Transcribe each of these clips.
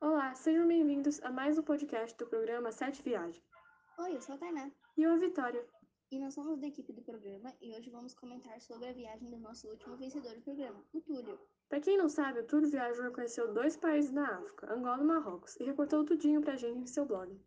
Olá, sejam bem-vindos a mais um podcast do programa Sete Viagens. Oi, eu sou a Tainá E eu, a Vitória. e nós somos da equipe do programa e hoje vamos comentar sobre a viagem do nosso último vencedor do programa, o Túlio. Pra quem não sabe, o Túlio viajou e conheceu dois países na África, Angola e Marrocos, e reportou tudinho pra gente em seu blog.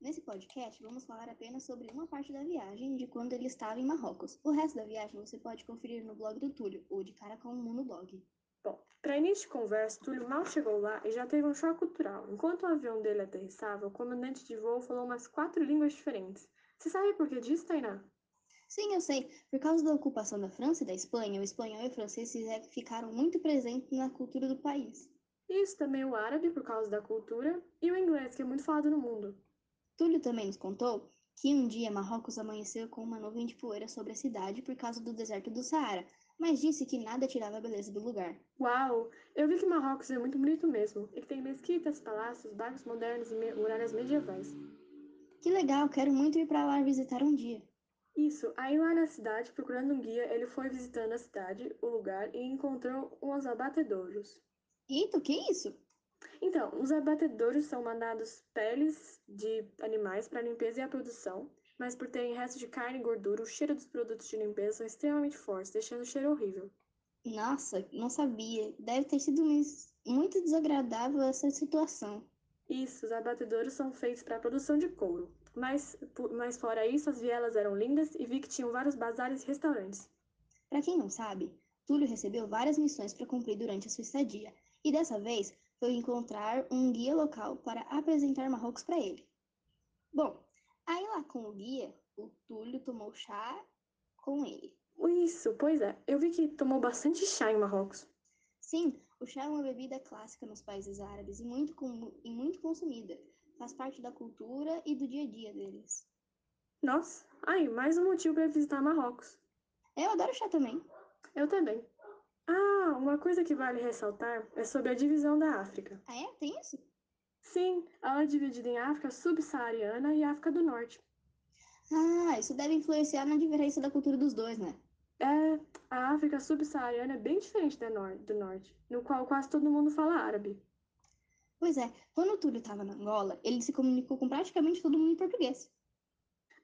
Nesse podcast, vamos falar apenas sobre uma parte da viagem de quando ele estava em Marrocos. O resto da viagem você pode conferir no blog do Túlio ou de cara com o mundo blog. Bom, pra início de conversa, Túlio mal chegou lá e já teve um choque cultural. Enquanto o avião dele aterrissava, o comandante de voo falou umas quatro línguas diferentes. Você sabe por que disso, Tainá? Sim, eu sei. Por causa da ocupação da França e da Espanha, o espanhol e o francês fize- ficaram muito presentes na cultura do país. Isso também o árabe, por causa da cultura, e o inglês, que é muito falado no mundo. Túlio também nos contou que um dia Marrocos amanheceu com uma nuvem de poeira sobre a cidade por causa do deserto do Saara, mas disse que nada tirava a beleza do lugar. Uau! Eu vi que Marrocos é muito bonito mesmo, e que tem mesquitas, palácios, bairros modernos e me- muralhas medievais. Que legal, quero muito ir pra lá visitar um dia. Isso, aí lá na cidade, procurando um guia, ele foi visitando a cidade, o lugar, e encontrou uns abatedouros. Eita, o que é isso? Então, os abatedouros são mandados peles de animais para limpeza e a produção, mas por terem restos de carne e gordura, o cheiro dos produtos de limpeza são extremamente fortes, deixando o cheiro horrível. Nossa, não sabia. Deve ter sido mes- muito desagradável essa situação. Isso, os abatedouros são feitos para a produção de couro. Mas, pu- mas fora isso, as vielas eram lindas e vi que tinham vários bazares e restaurantes. Pra quem não sabe, Túlio recebeu várias missões pra cumprir durante a sua estadia, e dessa vez foi encontrar um guia local para apresentar Marrocos pra ele. Bom, aí lá com o guia, o Túlio tomou chá com ele. Isso, pois é. Eu vi que tomou bastante chá em Marrocos. Sim, o chá é uma bebida clássica nos países árabes e muito, com- e muito consumida. Faz parte da cultura e do dia a dia deles. Nossa, aí, mais um motivo para visitar Marrocos. Eu adoro chá também. Eu também. Ah, uma coisa que vale ressaltar é sobre a divisão da África. Ah, é? Tem isso? Sim, ela é dividida em África subsaariana e África do Norte. Ah, isso deve influenciar na diferença da cultura dos dois, né? É, a África subsaariana é bem diferente da nor- do Norte, no qual quase todo mundo fala árabe. Pois é, quando o Túlio estava na Angola, ele se comunicou com praticamente todo mundo em português.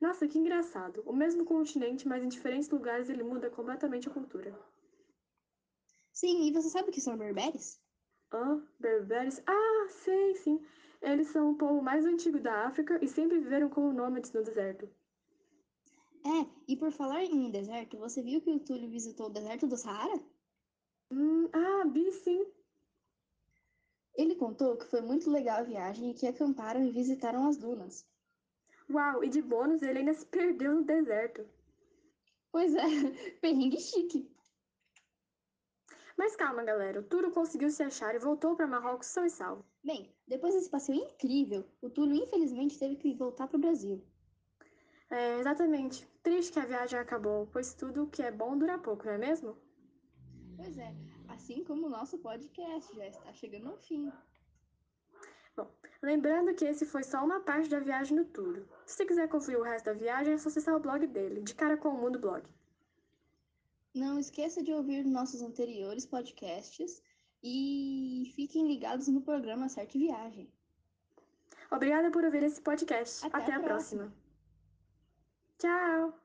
Nossa, que engraçado. O mesmo continente, mas em diferentes lugares ele muda completamente a cultura. Sim, e você sabe o que são berberes? Hã? Berberes? Ah, sei, sim. Eles são o povo mais antigo da África e sempre viveram como nômades no deserto. É, e por falar em deserto, você viu que o Túlio visitou o deserto do Saara? Hum, ah, vi sim. Ele contou que foi muito legal a viagem e que acamparam e visitaram as dunas. Uau, e de bônus ele ainda se perdeu no deserto. Pois é, perrengue chique. Mas calma, galera. O Turo conseguiu se achar e voltou para Marrocos são e salvo. Bem, depois desse passeio incrível, o Túlio infelizmente teve que voltar para o Brasil. É, exatamente. Triste que a viagem acabou, pois tudo que é bom dura pouco, não é mesmo? Pois é, assim como o nosso podcast já está chegando ao fim. Lembrando que esse foi só uma parte da viagem do Túlio. Se você quiser conferir o resto da viagem, é só acessar o blog dele, de cara com o mundo blog. Não esqueça de ouvir nossos anteriores podcasts e fiquem ligados no programa Certe Viagem. Obrigada por ouvir esse podcast. Até Até, a a próxima. Tchau!